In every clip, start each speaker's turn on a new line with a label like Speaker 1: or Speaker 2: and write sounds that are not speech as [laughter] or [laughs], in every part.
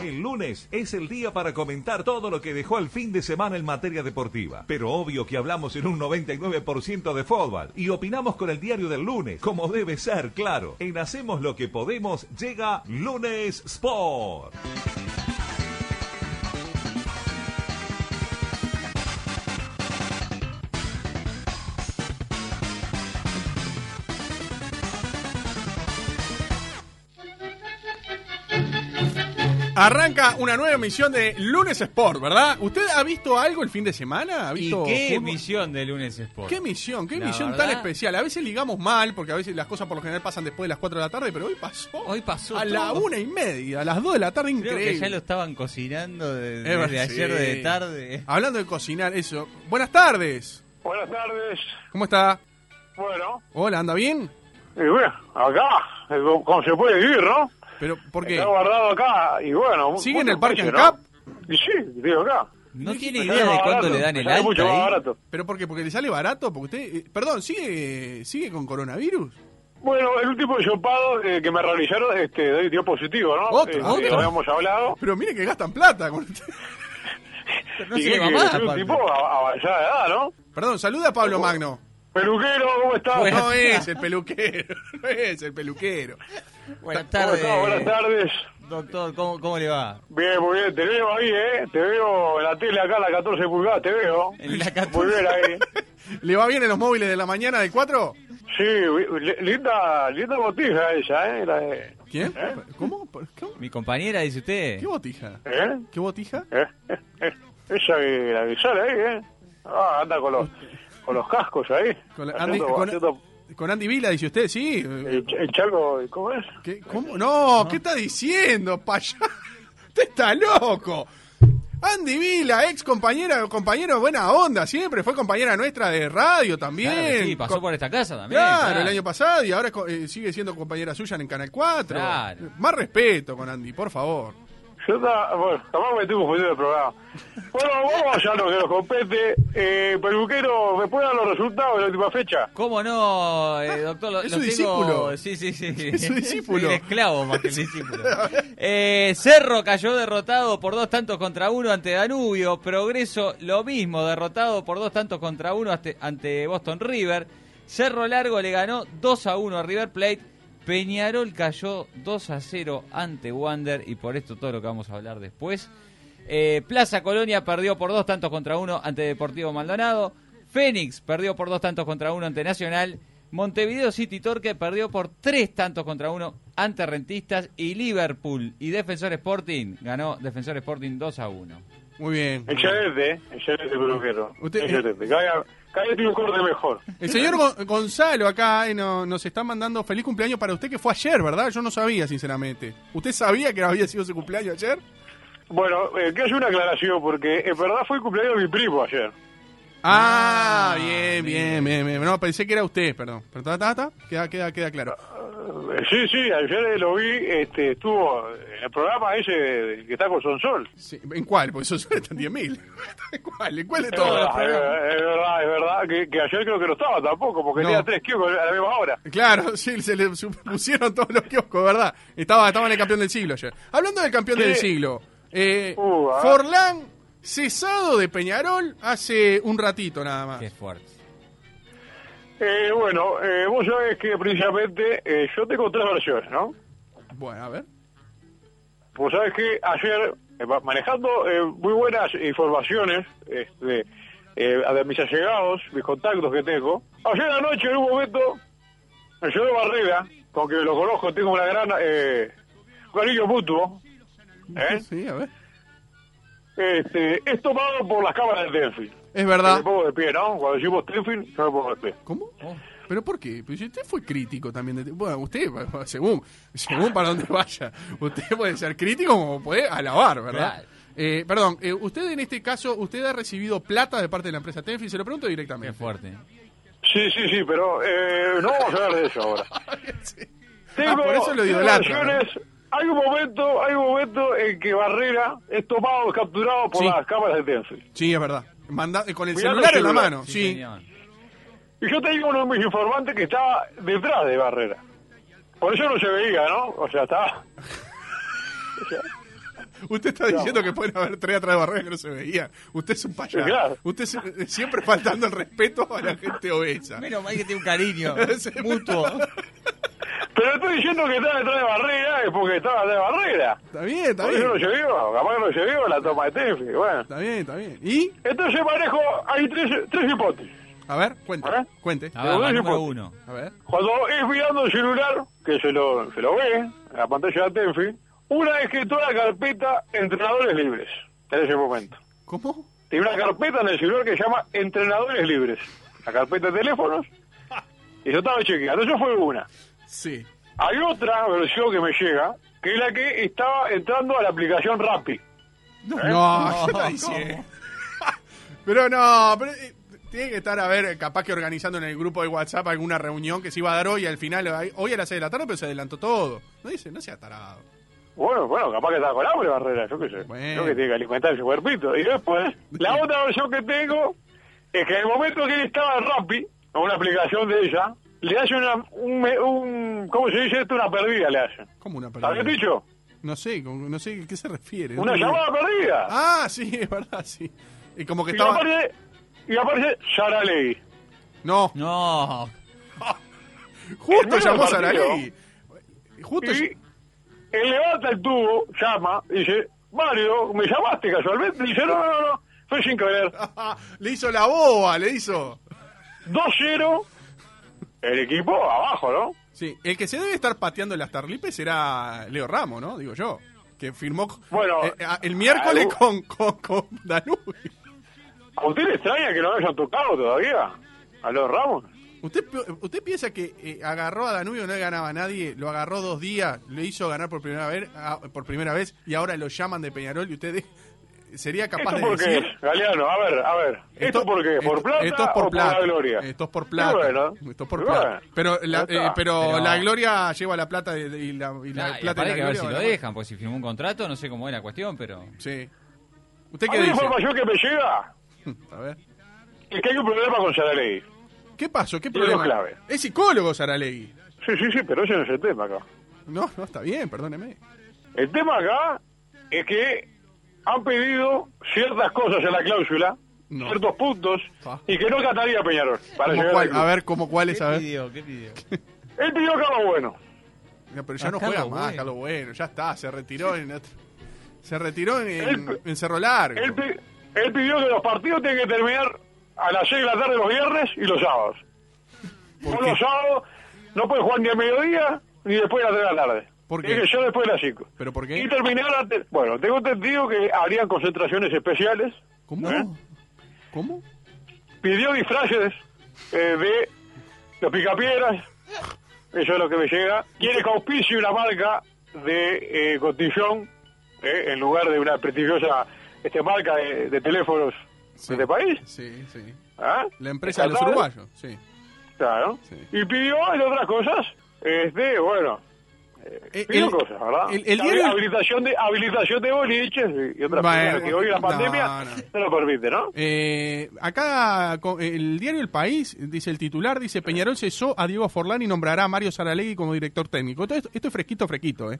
Speaker 1: El lunes es el día para comentar todo lo que dejó el fin de semana en materia deportiva. Pero obvio que hablamos en un 99% de fútbol y opinamos con el diario del lunes, como debe ser, claro. En Hacemos lo que podemos llega Lunes Sport.
Speaker 2: Arranca una nueva emisión de Lunes Sport, ¿verdad? ¿Usted ha visto algo el fin de semana? ¿Ha
Speaker 3: ¿Y
Speaker 2: visto
Speaker 3: qué
Speaker 2: fútbol?
Speaker 3: emisión de lunes Sport?
Speaker 2: ¿Qué emisión? ¿Qué
Speaker 3: La
Speaker 2: emisión tan
Speaker 3: verdad-
Speaker 2: especial? A veces ligamos mal, porque a veces las cosas por lo general pasan después de las 4 de la tarde, pero hoy pasó.
Speaker 3: Hoy pasó
Speaker 2: A la
Speaker 3: todo.
Speaker 2: una y media, a las 2 de la tarde,
Speaker 3: Creo
Speaker 2: increíble.
Speaker 3: que ya lo estaban cocinando de- desde,
Speaker 2: Es verdad,
Speaker 3: ayer
Speaker 2: sí. Ah,
Speaker 3: de tarde.
Speaker 2: Hablando de cocinar, eso. Buenas tardes.
Speaker 4: Buenas tardes.
Speaker 2: ¿Cómo está?
Speaker 4: Bueno,
Speaker 2: Hola, ¿anda bien?
Speaker 4: y bueno, acá, eh, como como se puede vivir, ¿no?
Speaker 2: Pero, ¿por qué?
Speaker 4: Está guardado acá, y bueno.
Speaker 2: ¿Sigue en
Speaker 4: mucho
Speaker 2: el Parque
Speaker 4: precio,
Speaker 2: Ancap?
Speaker 4: Y sí, digo acá.
Speaker 3: No tiene
Speaker 4: Me
Speaker 3: idea
Speaker 4: sale
Speaker 3: de
Speaker 4: más
Speaker 3: cuándo
Speaker 4: barato,
Speaker 3: le dan el
Speaker 4: me sale
Speaker 3: alta. ¿eh?
Speaker 4: mucho más
Speaker 3: ahí.
Speaker 4: barato.
Speaker 2: ¿Pero por qué? ¿Porque le sale barato? Porque usted... eh, perdón, ¿sigue sigue con coronavirus?
Speaker 4: Bueno, el último hisopado eh, que me realizaron este, dio- dio positivo, ¿no?
Speaker 2: Otro,
Speaker 4: Eh,
Speaker 2: otro.
Speaker 4: que habíamos hablado.
Speaker 2: Pero mire que gastan plata con usted.
Speaker 3: Pero No
Speaker 4: y
Speaker 3: se
Speaker 4: que,
Speaker 3: le va
Speaker 4: que
Speaker 3: más,
Speaker 4: soy un
Speaker 3: aparte.
Speaker 4: tipo a- avanzada de edad, ¿no?
Speaker 2: Perdón, saluda a Pablo Magno.
Speaker 4: Peluquero, ¿cómo estás?
Speaker 2: No es el peluquero, [laughs] no es el peluquero.
Speaker 3: Buenas
Speaker 4: ¿Cómo estás?
Speaker 3: tardes.
Speaker 4: Buenas tardes.
Speaker 3: Doctor, ¿cómo, cómo le va?
Speaker 4: Bien, muy bien, te veo ahí, ¿eh? Te veo en la tele acá, la 14 pulgadas, te veo.
Speaker 3: En la 14.
Speaker 4: Muy bien ahí.
Speaker 2: ¿Le va bien en los móviles de la mañana del 4?
Speaker 4: Sí, li- linda, linda botija ella, ¿eh? La de-
Speaker 2: ¿Quién? ¿Cómo? ¿Por- cómo?
Speaker 3: Mi compañera, dice usted.
Speaker 2: ¿Qué botija?
Speaker 4: ¿Eh?
Speaker 2: ¿Qué botija?
Speaker 4: ¿Eh? ¿Eh? [laughs] Esa que la que sale ahí, ¿eh? Ah, anda con los, con los cascos ahí.
Speaker 2: Con, la- Andy,
Speaker 4: haciendo, haciendo
Speaker 2: con, con Andy Vila, dice usted, sí.
Speaker 4: el, ch- el charco, ¿cómo es?
Speaker 2: ¿Qué? ¿Cómo? No, ¿qué está diciendo, payaso? [laughs] Usted está loco. Andy Vila, ex compañera, compañero de buena onda, siempre fue compañera nuestra de radio también.
Speaker 3: Claro que sí, pasó
Speaker 2: Co-
Speaker 3: por esta casa también.
Speaker 2: Claro,
Speaker 3: claro.
Speaker 2: el año pasado y ahora es co- eh, sigue siendo compañera suya en Canal 4.
Speaker 3: Claro.
Speaker 2: Más respeto con Andy, por favor.
Speaker 4: Yo estaba, bueno, capaz me estoy confundiendo el programa. Bueno, vamos allá a lo que nos compete. Eh, peluquero, ¿me pueden dar los resultados de la última fecha?
Speaker 3: ¿Cómo no, eh, doctor? Lo,
Speaker 2: Ah, es
Speaker 3: lo
Speaker 2: un
Speaker 3: tengo-
Speaker 2: discípulo.
Speaker 3: Sí, sí, sí.
Speaker 2: [laughs] Es un discípulo.
Speaker 3: Soy el esclavo más que
Speaker 2: [laughs]
Speaker 3: el discípulo. Eh, Cerro cayó derrotado por dos tantos contra uno ante Danubio. Progreso, lo mismo, derrotado por dos tantos contra uno ante, ante Boston River. Cerro Largo le ganó 2 a 1 a River Plate. Peñarol cayó 2 a 0 ante Wander. Y por esto todo lo que vamos a hablar después. Eh, Plaza Colonia perdió por dos tantos contra uno ante Deportivo Maldonado. Fénix perdió por dos tantos contra uno ante Nacional. Montevideo City Torque perdió por tres tantos contra uno ante Rentistas. Y Liverpool y Defensor Sporting ganó Defensor Sporting 2 a 1.
Speaker 2: Muy bien.
Speaker 4: Excelente, ¿eh? excelente peluquero.
Speaker 2: Usted- eh,
Speaker 4: excelente. Cada, cada día tiene un corte mejor.
Speaker 2: El señor Gon- Gonzalo acá eh, no- nos está mandando feliz cumpleaños para usted que fue ayer, ¿verdad? Yo no sabía, sinceramente. ¿Usted sabía que había sido su cumpleaños ayer?
Speaker 4: Bueno, eh, que hacer una aclaración, porque en verdad fue el cumpleaños de mi primo ayer.
Speaker 2: Ah,
Speaker 3: Ah,
Speaker 2: bien, bien,
Speaker 3: bien.
Speaker 2: bien, bien. No, pensé que era usted, perdón. Pero ta, ta, ta, queda, queda, queda claro.
Speaker 4: Eh, Sí, sí, ayer lo vi, este, estuvo en el programa ese que está con Sonsol.
Speaker 2: Sí, ¿En cuál? Porque eso suena en 10.000. [laughs] ¿En cuál? ¿En cuál de
Speaker 4: Es
Speaker 2: todos?
Speaker 4: verdad, es verdad, es verdad, es verdad, que, que ayer creo que no estaba tampoco, porque
Speaker 2: No.
Speaker 4: tenía tres kioscos a la misma hora.
Speaker 2: Claro, [laughs] sí, se le supusieron todos los kioscos, ¿verdad? Estaba, estaba en el campeón del siglo ayer. Hablando del campeón
Speaker 4: Sí.
Speaker 2: del siglo, eh,
Speaker 4: Uh, ah.
Speaker 2: Forlán cesado de Peñarol hace un ratito nada más.
Speaker 3: Qué fuerte.
Speaker 4: Eh, bueno, eh, vos sabés que precisamente eh, yo tengo tres versiones, ¿no?
Speaker 2: Bueno, a ver.
Speaker 4: Vos sabés que Pues, ayer, eh, va- manejando eh, muy buenas informaciones este, eh, de mis allegados, mis contactos que tengo, ayer anoche en un momento, el señor Barrera, con quien lo conozco, tengo una gran, eh, un cariño mutuo, ¿eh?
Speaker 2: Sí, a ver.
Speaker 4: Este, es tomado por las cámaras de Tenfield.
Speaker 2: Es verdad.
Speaker 4: Me pongo de pie, ¿no? Cuando decimos Tenfield, yo me pongo de pie.
Speaker 2: ¿Cómo?
Speaker 3: Oh.
Speaker 2: ¿Pero por qué? Pues si usted fue crítico también. de- Bueno, usted, según, según para donde vaya, usted puede ser crítico como puede alabar, ¿verdad?
Speaker 3: Claro.
Speaker 2: Eh, perdón, eh, usted en este caso, usted ha recibido plata de parte de la empresa Tenfi, se lo pregunto
Speaker 3: Qué
Speaker 2: directamente.
Speaker 3: fuerte.
Speaker 4: Sí, sí, sí, pero eh, no vamos a hablar de
Speaker 2: [laughs]
Speaker 4: eso ahora.
Speaker 2: Sí. Ah,
Speaker 4: Tengo
Speaker 2: por eso lo
Speaker 4: tengo
Speaker 2: idolatran.
Speaker 4: versiones. Hay un momento, hay un momento en que Barrera es tomado, capturado por
Speaker 2: Sí.
Speaker 4: las cámaras de Tenfield.
Speaker 2: Sí, es verdad. Manda- eh, con el
Speaker 4: Mirá
Speaker 2: celular
Speaker 4: el
Speaker 2: en la
Speaker 4: celular.
Speaker 2: mano. Sí.
Speaker 3: señor.
Speaker 4: Y yo tenía uno de mis informantes que estaba detrás de Barrera. Por eso no se veía, ¿no? O sea, estaba...
Speaker 2: Usted está diciendo que pueden haber tres atrás de barreras que no se veían. Usted es un payaso.
Speaker 4: Claro.
Speaker 2: Usted se- eh, siempre faltando el respeto a la gente obesa.
Speaker 3: Menos mal que tiene un [laughs] cariño
Speaker 2: Sí, pero-
Speaker 3: mutuo.
Speaker 4: Pero estoy diciendo que estaba detrás de barrera, es porque estaba detrás de barrera.
Speaker 2: Está bien, está
Speaker 4: Por eso no
Speaker 2: bien.
Speaker 4: se vio, capaz que no se vio la toma de Tefi. Bueno,
Speaker 2: Está bien, está bien. ¿Y?
Speaker 4: entonces manejo, hay tres, tres hipótesis.
Speaker 2: A ver, cuente.
Speaker 4: ¿Ahora?
Speaker 2: Cuente.
Speaker 3: A ver, va, número uno.
Speaker 2: A ver.
Speaker 4: Cuando es mirando el celular, que se lo, se lo ve, en la pantalla de Tenfi, una vez que toda la carpeta entrenadores libres, en ese momento.
Speaker 2: ¿Cómo?
Speaker 4: Tiene una carpeta en el celular que se llama entrenadores libres. La carpeta de teléfonos. Y yo estaba chequeando. Eso fue una.
Speaker 2: Sí.
Speaker 4: Hay otra versión que me llega, que es la que estaba entrando a la aplicación Rappi.
Speaker 2: No,
Speaker 4: ¿Eh?
Speaker 2: no, ¿qué está diciendo? [laughs] pero no, pero eh, tiene que estar, a ver, capaz que organizando en el grupo de WhatsApp alguna reunión que se iba a dar hoy, al final, hoy- hoy a las 6 de la tarde, pero se adelantó todo. No dice, no sea tarado.
Speaker 4: Bueno, bueno, capaz que estaba con hambre Barrera, yo qué sé.
Speaker 2: Bueno.
Speaker 4: Yo que tiene que alimentar su cuerpito. Y después, la otra versión que tengo es que en el momento que él estaba en Rappi, o una aplicación de ella, le hace una, un, me- un- ¿cómo se dice esto? Una perdida le hacen.
Speaker 2: ¿Cómo una
Speaker 4: ¿Está bien
Speaker 2: perdida?
Speaker 4: dicho?
Speaker 2: No sé, con- no sé a qué se refiere.
Speaker 4: Una
Speaker 2: No-
Speaker 4: llamada perdida.
Speaker 2: Ah, sí, es verdad, sí. Y como que
Speaker 4: y
Speaker 2: estaba.
Speaker 4: aparece, y aparece Sara Ley.
Speaker 2: No,
Speaker 3: No.
Speaker 2: justo
Speaker 4: medio
Speaker 2: llamó a
Speaker 4: del
Speaker 2: Saraley. Justo.
Speaker 4: Y él levanta el tubo, llama, y dice, Mario, ¿me llamaste casualmente? Y dice, no, no, no, fue sin querer.
Speaker 2: Ah. [laughs] le hizo la boba, le hizo.
Speaker 4: 2-0, el equipo abajo, ¿no?
Speaker 2: Sí, el que se debe estar pateando las tarlipes será Leo Ramos, ¿no? Digo yo. Que firmó
Speaker 4: Bueno,
Speaker 2: eh, a- el miércoles
Speaker 4: algo-
Speaker 2: con, con, con Danubio.
Speaker 4: ¿A usted le extraña que no lo hayan tocado todavía? ¿A los Ramos?
Speaker 2: ¿Usted, pi- ¿Usted piensa que eh, agarró a Danubio, no le ganaba a nadie, lo agarró dos días, le hizo ganar por primera vez, ah, por primera vez y ahora lo llaman de Peñarol y usted de- sería capaz
Speaker 4: ¿Esto
Speaker 2: de
Speaker 4: por qué
Speaker 2: decir...
Speaker 4: es, Galeano? A ver, a ver. ¿Esto, por qué? ¿Por
Speaker 2: esto-
Speaker 4: plata
Speaker 2: esto es por
Speaker 4: o
Speaker 2: plata.
Speaker 4: por la gloria?
Speaker 2: Esto es por plata.
Speaker 4: Y bueno,
Speaker 2: esto es por
Speaker 4: y
Speaker 2: plata.
Speaker 4: bueno,
Speaker 2: Pero, la,
Speaker 4: ya está.
Speaker 2: eh, pero
Speaker 3: Pero-
Speaker 2: la gloria lleva la plata de- de- y la, y la
Speaker 3: Nah, y
Speaker 2: plata
Speaker 3: aparte
Speaker 2: y la
Speaker 3: que a
Speaker 2: gloria.
Speaker 3: ver si
Speaker 2: va
Speaker 3: lo
Speaker 2: la-
Speaker 3: dejan, porque si firmó un contrato, no sé cómo es la cuestión, pero.
Speaker 2: Sí. ¿Usted
Speaker 4: Hay
Speaker 2: qué
Speaker 4: una
Speaker 2: dice?
Speaker 4: información que me llega
Speaker 2: [laughs] A ver.
Speaker 4: es que hay un problema con Saraley.
Speaker 2: ¿Qué pasó? ¿Qué
Speaker 4: Tiene
Speaker 2: problema?
Speaker 4: dos claves.
Speaker 2: Es psicólogo, Saralegui.
Speaker 4: Sí, sí, sí, pero ese no es el tema acá.
Speaker 2: No, no, está bien, perdóneme.
Speaker 4: El tema acá es que han pedido ciertas cosas en la cláusula,
Speaker 2: No.
Speaker 4: ciertos puntos,
Speaker 2: Ah.
Speaker 4: y que no cataría Peñarol. Para
Speaker 2: ¿Cómo
Speaker 4: llegar
Speaker 2: cuál?
Speaker 4: al
Speaker 2: A
Speaker 4: club.
Speaker 2: ver, ¿cómo cuál es? A ver.
Speaker 3: pidió? ¿Qué pidió?
Speaker 4: Él pidió Carlos Bueno.
Speaker 2: No,
Speaker 4: Ah,
Speaker 2: pero ya no
Speaker 3: Acá
Speaker 2: juega
Speaker 3: lo
Speaker 2: más,
Speaker 3: bueno.
Speaker 2: Carlos Bueno. Ya está, se retiró en otro- Se retiró en,
Speaker 4: Él-
Speaker 2: en Cerro Largo.
Speaker 4: Él, pi- él pidió que los partidos tienen que terminar a las 6 de la tarde los viernes y los sábados.
Speaker 2: ¿Por
Speaker 4: Por
Speaker 2: qué?
Speaker 4: los sábados no pueden jugar ni a mediodía ni después de las 3 de la tarde.
Speaker 2: ¿Por qué?
Speaker 4: Tiene que ser después de las 5.
Speaker 2: ¿Pero por qué?
Speaker 4: Y terminar antes. Bueno, tengo entendido que harían concentraciones especiales.
Speaker 2: ¿Cómo?
Speaker 4: ¿Eh?
Speaker 2: ¿Cómo?
Speaker 4: pidió disfraces eh, de los picapiedras, eso es lo que me llega. Quiere que auspicie una marca de eh, cotillón eh, en lugar de una prestigiosa este, marca de, de teléfonos
Speaker 2: Sí.
Speaker 4: de este país.
Speaker 2: Sí, sí.
Speaker 4: ¿ah?
Speaker 2: La empresa de los
Speaker 4: Estatal,
Speaker 2: uruguayos, sí.
Speaker 4: Claro.
Speaker 2: Sí.
Speaker 4: Y pidió, entre otras cosas, este, bueno,
Speaker 2: Eh,
Speaker 4: pidió
Speaker 2: el-
Speaker 4: cosas, ¿verdad?
Speaker 2: el- el
Speaker 4: Habi-
Speaker 2: diario-
Speaker 4: habilitación, de, habilitación de boliches y- y otras
Speaker 2: Bueno,
Speaker 4: cosas que hoy la
Speaker 2: no,
Speaker 4: pandemia
Speaker 2: no.
Speaker 4: no, lo permite, ¿no?
Speaker 2: Eh, acá co- el diario El País dice el titular dice Peñarol cesó a Diego Forlán y nombrará a Mario Saralegui como director técnico. Esto, es- esto es fresquito fresquito, eh.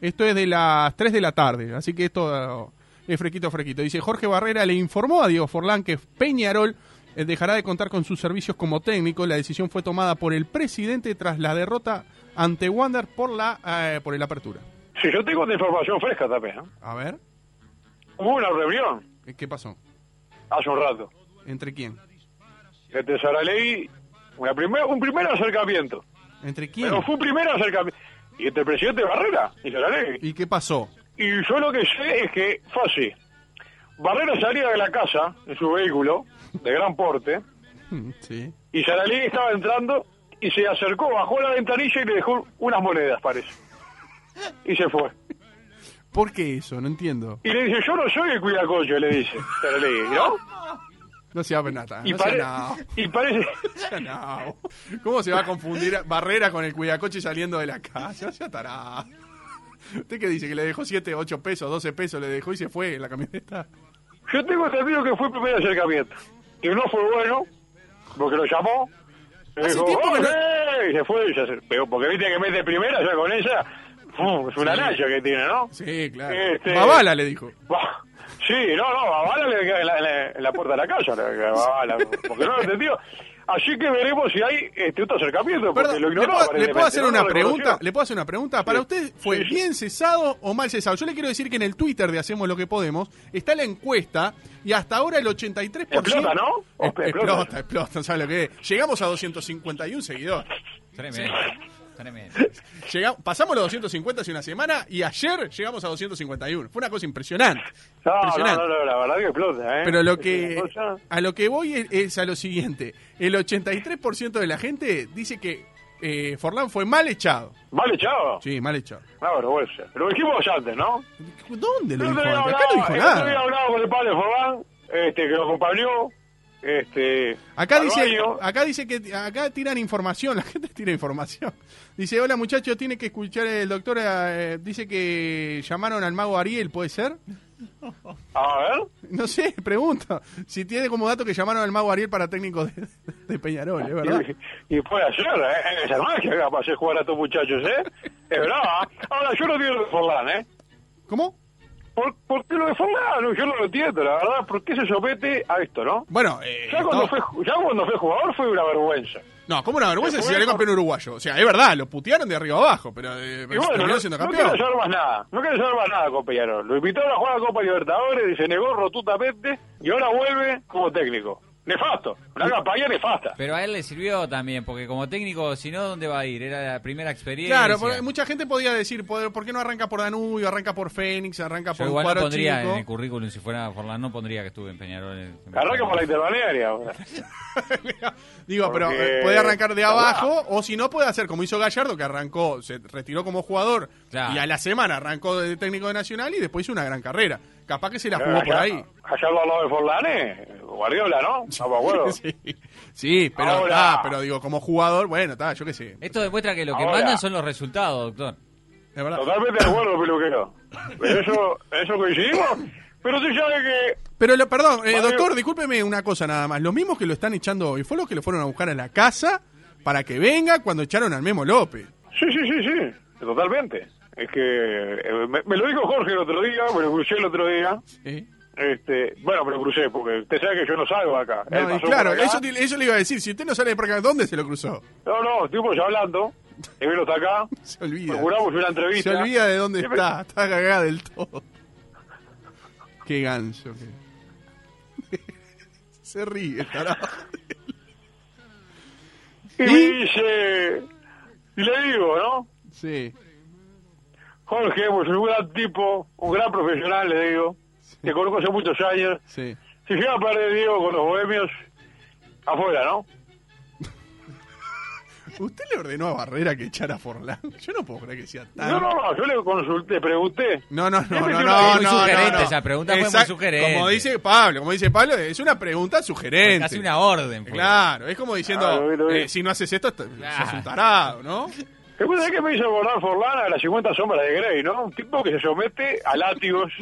Speaker 2: Esto es de las 3 de la tarde, así que esto eh, es fresquito fresquito. Dice Jorge Barrera le informó a Diego Forlán que Peñarol eh, dejará de contar con sus servicios como técnico. La decisión fue tomada por el presidente tras la derrota ante Wander por la eh, por el apertura.
Speaker 4: Si yo tengo otra información fresca también, ¿no?
Speaker 2: A ver,
Speaker 4: Hubo una reunión
Speaker 2: eh, ¿qué pasó?
Speaker 4: hace un rato.
Speaker 2: ¿Entre quién?
Speaker 4: Entre Saraley, una primer, un primer acercamiento.
Speaker 2: ¿Entre quién?
Speaker 4: Pero fue un primer acercamiento. Y entre el presidente Barrera y Saraley.
Speaker 2: ¿Y qué pasó? [laughs]
Speaker 4: Y yo lo que sé es que fue así. Barrera salía de la casa en su vehículo, de gran porte,
Speaker 2: Hmm, Sí.
Speaker 4: y Saraley estaba entrando y se acercó, bajó la ventanilla y le dejó unas monedas, parece. Y se fue.
Speaker 2: ¿Por qué eso? No entiendo.
Speaker 4: Y le dice, yo no soy el cuidacoche, le dice Saraley, ¿no?
Speaker 2: No sea Benata.
Speaker 4: Y,
Speaker 2: No sea
Speaker 4: pare-
Speaker 2: nao,
Speaker 4: y parece...
Speaker 2: sea nao. ¿Cómo se va a confundir a- Barrera con el cuidacoche saliendo de la casa? No sea tarado. ¿Usted qué dice? ¿Que le dejó 7, 8 pesos, 12 pesos? ¿Le dejó y se fue en la camioneta?
Speaker 4: Yo tengo entendido que fue el primer acercamiento. Que no fue bueno, porque lo llamó. le
Speaker 2: Hace
Speaker 4: dijo,
Speaker 2: tiempo que no-
Speaker 4: "Ole", Y se fue. y se acer- Pero porque viste que mete primera, ya con ella. ¡fum! es una
Speaker 2: Sí.
Speaker 4: lancha que tiene, ¿no?
Speaker 2: Sí, claro.
Speaker 4: Este-
Speaker 2: Babala le dijo.
Speaker 4: Bah, Sí, no, no, a Bala le cae en la, en la- en la puerta de la casa, le cae a Bala, porque no lo entendió. Así que veremos si hay este, otro acercamiento, porque
Speaker 2: Perdón,
Speaker 4: lo
Speaker 2: ¿le
Speaker 4: ignoró.
Speaker 2: puedo, le
Speaker 4: aparentemente,
Speaker 2: puedo hacer
Speaker 4: no lo
Speaker 2: una pregunta?
Speaker 4: reconoció.
Speaker 2: ¿Le puedo hacer una pregunta? ¿Para
Speaker 4: Sí.
Speaker 2: usted fue
Speaker 4: Sí, sí.
Speaker 2: bien cesado o mal cesado? Yo le quiero decir que en el Twitter de Hacemos lo que podemos está la encuesta y hasta ahora el 83%...
Speaker 4: Explota, ¿no?
Speaker 2: Es-
Speaker 4: O- explota.
Speaker 2: Explota, explota, ¿sabes lo que es? Llegamos a 251 seguidores.
Speaker 3: Tremendo. Tremendo.
Speaker 2: Llega- pasamos los 250 hace una semana y ayer llegamos a 251. Fue una cosa impresionante.
Speaker 4: No, no,
Speaker 2: impresionante.
Speaker 4: no, no, la verdad que explota, ¿eh?
Speaker 2: Pero lo
Speaker 4: Es
Speaker 2: que
Speaker 4: una cosa-
Speaker 2: a lo que voy es, es a lo siguiente. El 83% de la gente dice que eh, Forlán fue mal echado.
Speaker 4: Vale, chao.
Speaker 2: Sí, mal echado.
Speaker 4: Una vergüenza. Lo dijimos antes, ¿no?
Speaker 2: ¿Dónde lo
Speaker 4: El
Speaker 2: dijo?
Speaker 4: otro
Speaker 2: antes?
Speaker 4: día
Speaker 2: Acá no
Speaker 4: hablaba-
Speaker 2: dijo
Speaker 4: el otro día
Speaker 2: nada.
Speaker 4: hablaba con el padre Forlán, este, que lo acompañó. Este,
Speaker 2: Acá
Speaker 4: al
Speaker 2: dice,
Speaker 4: baño.
Speaker 2: acá dice que acá tiran información, [laughs] la gente tira información. Dice, hola muchachos, tiene que escuchar el doctor, eh, dice que llamaron al mago Ariel, ¿puede ser? [laughs]
Speaker 4: A ver.
Speaker 2: No sé, [laughs] pregunto. Si tiene como dato que llamaron al mago Ariel para técnicos de, de Peñarol, es verdad.
Speaker 4: Y, y puede hacer, ¿eh? Esa magia que capaz de jugar a estos muchachos, ¿eh? Es brava. Ahora, yo no digo lo de Forlán, ¿eh?
Speaker 2: ¿Cómo?
Speaker 4: ¿Por, por qué lo de Forlán? Yo no lo entiendo, la verdad. ¿Por qué se somete a esto, no?
Speaker 2: Bueno, eh,
Speaker 4: Ya cuando,
Speaker 2: no,
Speaker 4: fue, ju- ya cuando fue jugador fue una vergüenza.
Speaker 2: no, como una vergüenza
Speaker 4: Se
Speaker 2: si
Speaker 4: fue
Speaker 2: salió
Speaker 4: por-
Speaker 2: campeón uruguayo. O sea, es verdad, lo putearon de arriba abajo, pero eh,
Speaker 4: Y bueno,
Speaker 2: terminó
Speaker 4: no,
Speaker 2: siendo
Speaker 4: no
Speaker 2: campeón.
Speaker 4: quiero saber más nada. No quiero saber más nada con Peñarol. Lo invitaron a jugar a Copa Libertadores y se negó rotundamente. Y ahora vuelve como técnico. Nefasto. Una campaña nefasta.
Speaker 3: Pero a él le sirvió también, porque como técnico, si no, ¿dónde va a ir? Era la primera experiencia.
Speaker 2: Claro, porque mucha gente podía decir, ¿por por qué no arranca por Danubio, arranca por Fénix, arranca
Speaker 3: Yo
Speaker 2: por un
Speaker 3: igual no
Speaker 2: cuadro
Speaker 3: pondría
Speaker 2: chico?
Speaker 3: en el currículum, si fuera Forlán, no pondría que estuve en Peñarol. en- en-
Speaker 4: Arranca por la interbalnearia. ahora.
Speaker 2: [laughs] Digo, pero
Speaker 4: Porque-
Speaker 2: eh, puede arrancar de
Speaker 4: la
Speaker 2: abajo, o si no, puede hacer como hizo Gallardo, que arrancó, se retiró como jugador
Speaker 3: Claro.
Speaker 2: y a la semana arrancó de técnico de Nacional y después hizo una gran carrera. Capaz que se la jugó por
Speaker 4: Gallardo-
Speaker 2: ahí.
Speaker 4: Gallardo habló de Forlán, ¿eh? Guardiola, ¿no? No me
Speaker 2: [laughs]
Speaker 4: acuerdo.
Speaker 2: sí, sí, pero
Speaker 4: Ahora.
Speaker 2: está, pero digo, como jugador, bueno, está, yo qué sé.
Speaker 3: Esto demuestra que lo que
Speaker 4: Ahora.
Speaker 3: mandan son los resultados, doctor.
Speaker 2: Es verdad.
Speaker 4: Totalmente de acuerdo, peluquero. Pero eso, eso coincidimos. Pero tú sabes que
Speaker 2: Pero, lo, perdón, eh,
Speaker 4: Mario-
Speaker 2: doctor, discúlpeme una cosa nada más. Los mismos que lo están echando hoy, fue los que lo fueron a buscar a la casa para que venga cuando echaron al Memo López.
Speaker 4: Sí, sí, sí, sí, totalmente. Es que eh, me, me lo dijo Jorge el otro día, me lo crucé el otro día.
Speaker 2: ¿eh?
Speaker 4: Este, bueno, me lo crucé porque usted sabe que yo no salgo acá. Él
Speaker 2: No, y
Speaker 4: pasó
Speaker 2: claro,
Speaker 4: por acá.
Speaker 2: eso, te- eso le iba a decir. Si usted no sale de acá, ¿dónde se lo cruzó?
Speaker 4: No, no, estuvimos hablando. Él vino hasta acá.
Speaker 2: Se olvida.
Speaker 4: Procuramos una entrevista.
Speaker 2: Se olvida de dónde
Speaker 4: Siempre-
Speaker 2: está. Está cagada del todo. Qué ganso. que- [laughs] se ríe, tarado.
Speaker 4: Y me dice. Y le digo, ¿no?
Speaker 2: Sí.
Speaker 4: Jorge, pues un gran tipo, un gran profesional, le digo. Te conozco hace muchos años.
Speaker 2: Sí.
Speaker 4: Si llega a perder Diego con los bohemios, afuera, ¿no?
Speaker 2: ¿Usted le ordenó a Barrera que echara a Forlán? Yo no puedo creer que sea tan...
Speaker 4: No, no, no, yo le consulté, pregunté.
Speaker 2: No, no, no, no,
Speaker 4: Fue
Speaker 2: no,
Speaker 4: muy
Speaker 2: no, no,
Speaker 3: sugerente,
Speaker 2: no.
Speaker 3: esa pregunta fue muy
Speaker 2: Exact-
Speaker 3: sugerente.
Speaker 2: Como dice Pablo, como dice Pablo, es una pregunta sugerente.
Speaker 3: Casi una orden. fue.
Speaker 2: Claro, es como diciendo,
Speaker 4: Ah, lo vi, lo vi.
Speaker 2: eh, si no haces esto, estás
Speaker 3: Claro.
Speaker 2: sos un tarado, ¿no?
Speaker 4: ¿Te acuerdas que me hizo acordar Forlán a las 50 sombras de Grey, no? Un tipo que se somete a látigos,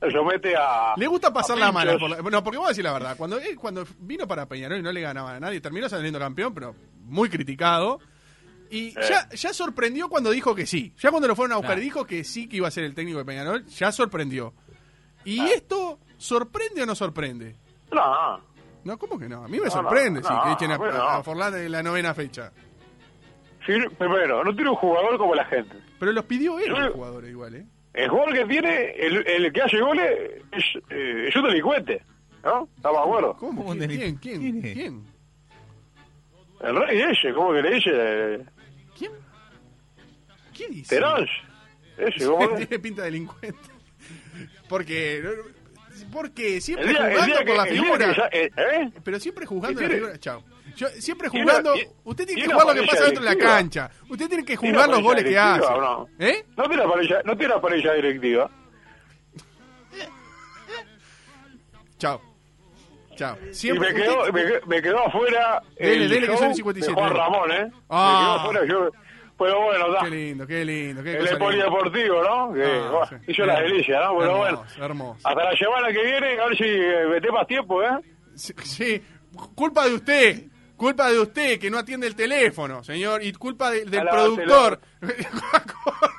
Speaker 4: se somete a...
Speaker 2: Le gusta pasar la mano.
Speaker 4: pinchos.
Speaker 2: No, porque vamos a decir la verdad, cuando, él- cuando vino para Peñarol y no le ganaba a nadie, terminó saliendo campeón, pero muy criticado. Y ya, ya sorprendió cuando dijo que sí. Ya cuando lo fueron a buscar
Speaker 3: Claro.
Speaker 2: y dijo que sí que iba a ser el técnico de Peñarol, ya sorprendió. ¿Y
Speaker 4: Ah.
Speaker 2: esto sorprende o no sorprende?
Speaker 4: No,
Speaker 2: No, ¿cómo que no? A mí me
Speaker 4: No,
Speaker 2: sorprende
Speaker 4: no,
Speaker 2: sí, que
Speaker 4: no,
Speaker 2: echen a,
Speaker 4: bueno,
Speaker 2: a
Speaker 4: no.
Speaker 2: Forlán en la novena fecha.
Speaker 4: sí, primero, no tiene un jugador como la gente.
Speaker 2: Pero los pidió él,
Speaker 4: Yo-
Speaker 2: los jugadores, igual, ¿eh?
Speaker 4: El jugador que tiene, el, el que hace goles, es, eh, es un delincuente, ¿no? Estamos de acuerdo.
Speaker 2: ¿Cómo?
Speaker 3: ¿Cómo
Speaker 2: ¿Quién?
Speaker 3: del-
Speaker 2: ¿Quién? ¿Quién?
Speaker 3: quién es?
Speaker 2: ¿Quién?
Speaker 4: El rey ese, ¿cómo que le dice?
Speaker 2: ¿Quién? ¿Qué dice?
Speaker 4: Terán. Ese, ¿cómo
Speaker 2: [laughs]
Speaker 4: es?
Speaker 2: Tiene pinta de delincuente. Porque... Porque
Speaker 4: El
Speaker 2: siempre
Speaker 4: día, el
Speaker 2: jugando
Speaker 4: día que...
Speaker 2: por la
Speaker 4: el día que
Speaker 2: figura.
Speaker 4: sa- eh, ¿eh?
Speaker 2: Pero siempre jugando la
Speaker 4: tiene-
Speaker 2: figura. Chao. Yo, siempre
Speaker 4: tiene-
Speaker 2: jugando...
Speaker 4: tiene-
Speaker 2: Usted tiene que
Speaker 4: tiene
Speaker 2: jugar lo que
Speaker 4: apariencia
Speaker 2: pasa dentro de la
Speaker 4: delictiva.
Speaker 2: cancha. Usted tiene que
Speaker 4: Tiene
Speaker 2: jugar los
Speaker 4: apariencia
Speaker 2: goles que hace.
Speaker 4: delictiva, ¿o no?
Speaker 2: ¿Eh?
Speaker 4: No tiene apariencia, no tiene apariencia directiva.
Speaker 2: Chao. Chao.
Speaker 4: Y
Speaker 2: Siempre...
Speaker 4: me quedó,
Speaker 2: usted-
Speaker 4: me, quedó- me quedó afuera
Speaker 2: Dele,
Speaker 4: el
Speaker 2: dele, que
Speaker 4: show
Speaker 2: son 57,
Speaker 4: de Juan
Speaker 2: dele.
Speaker 4: Ramón, ¿eh?
Speaker 2: Ah.
Speaker 4: Me quedó afuera yo. Pero bueno, da.
Speaker 2: Qué lindo, qué lindo. Qué
Speaker 4: El
Speaker 2: cosa
Speaker 4: de
Speaker 2: linda.
Speaker 4: polideportivo, ¿no? Que,
Speaker 2: Ah,
Speaker 4: bueno,
Speaker 2: sí.
Speaker 4: Hizo la
Speaker 2: Hermoso,
Speaker 4: delicia, ¿no? Pero bueno.
Speaker 2: hermoso, hermoso.
Speaker 4: Hasta la semana que viene, a ver si eh, meté más tiempo, ¿eh?
Speaker 2: Sí, sí, culpa de usted. Culpa de usted que no atiende el teléfono, señor. Y culpa de- del
Speaker 4: Alabátelo.
Speaker 2: productor [laughs]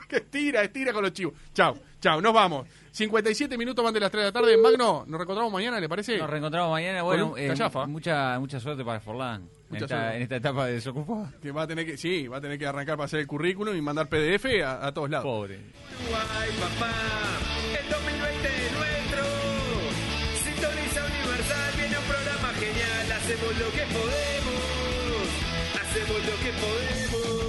Speaker 2: que estira, estira con los chivos. Chao, chao, nos vamos. 57 minutos más de las 3 de la tarde. Magno, nos reencontramos mañana, ¿le parece?
Speaker 3: Nos reencontramos mañana. Bueno,
Speaker 2: Con un
Speaker 3: eh,
Speaker 2: cachafa.
Speaker 3: mucha, mucha suerte para Forlán en
Speaker 2: Mucha
Speaker 3: esta,
Speaker 2: suerte.
Speaker 3: en esta etapa de desocupado.
Speaker 2: Que va a tener que, sí, va a tener que arrancar para hacer el currículum y mandar PDF a, a todos lados.
Speaker 3: Pobre.
Speaker 5: Uruguay, papá. El 2020 es nuestro. Sintoniza Universal, viene un programa genial. Hacemos lo que podemos. Hacemos lo que podemos.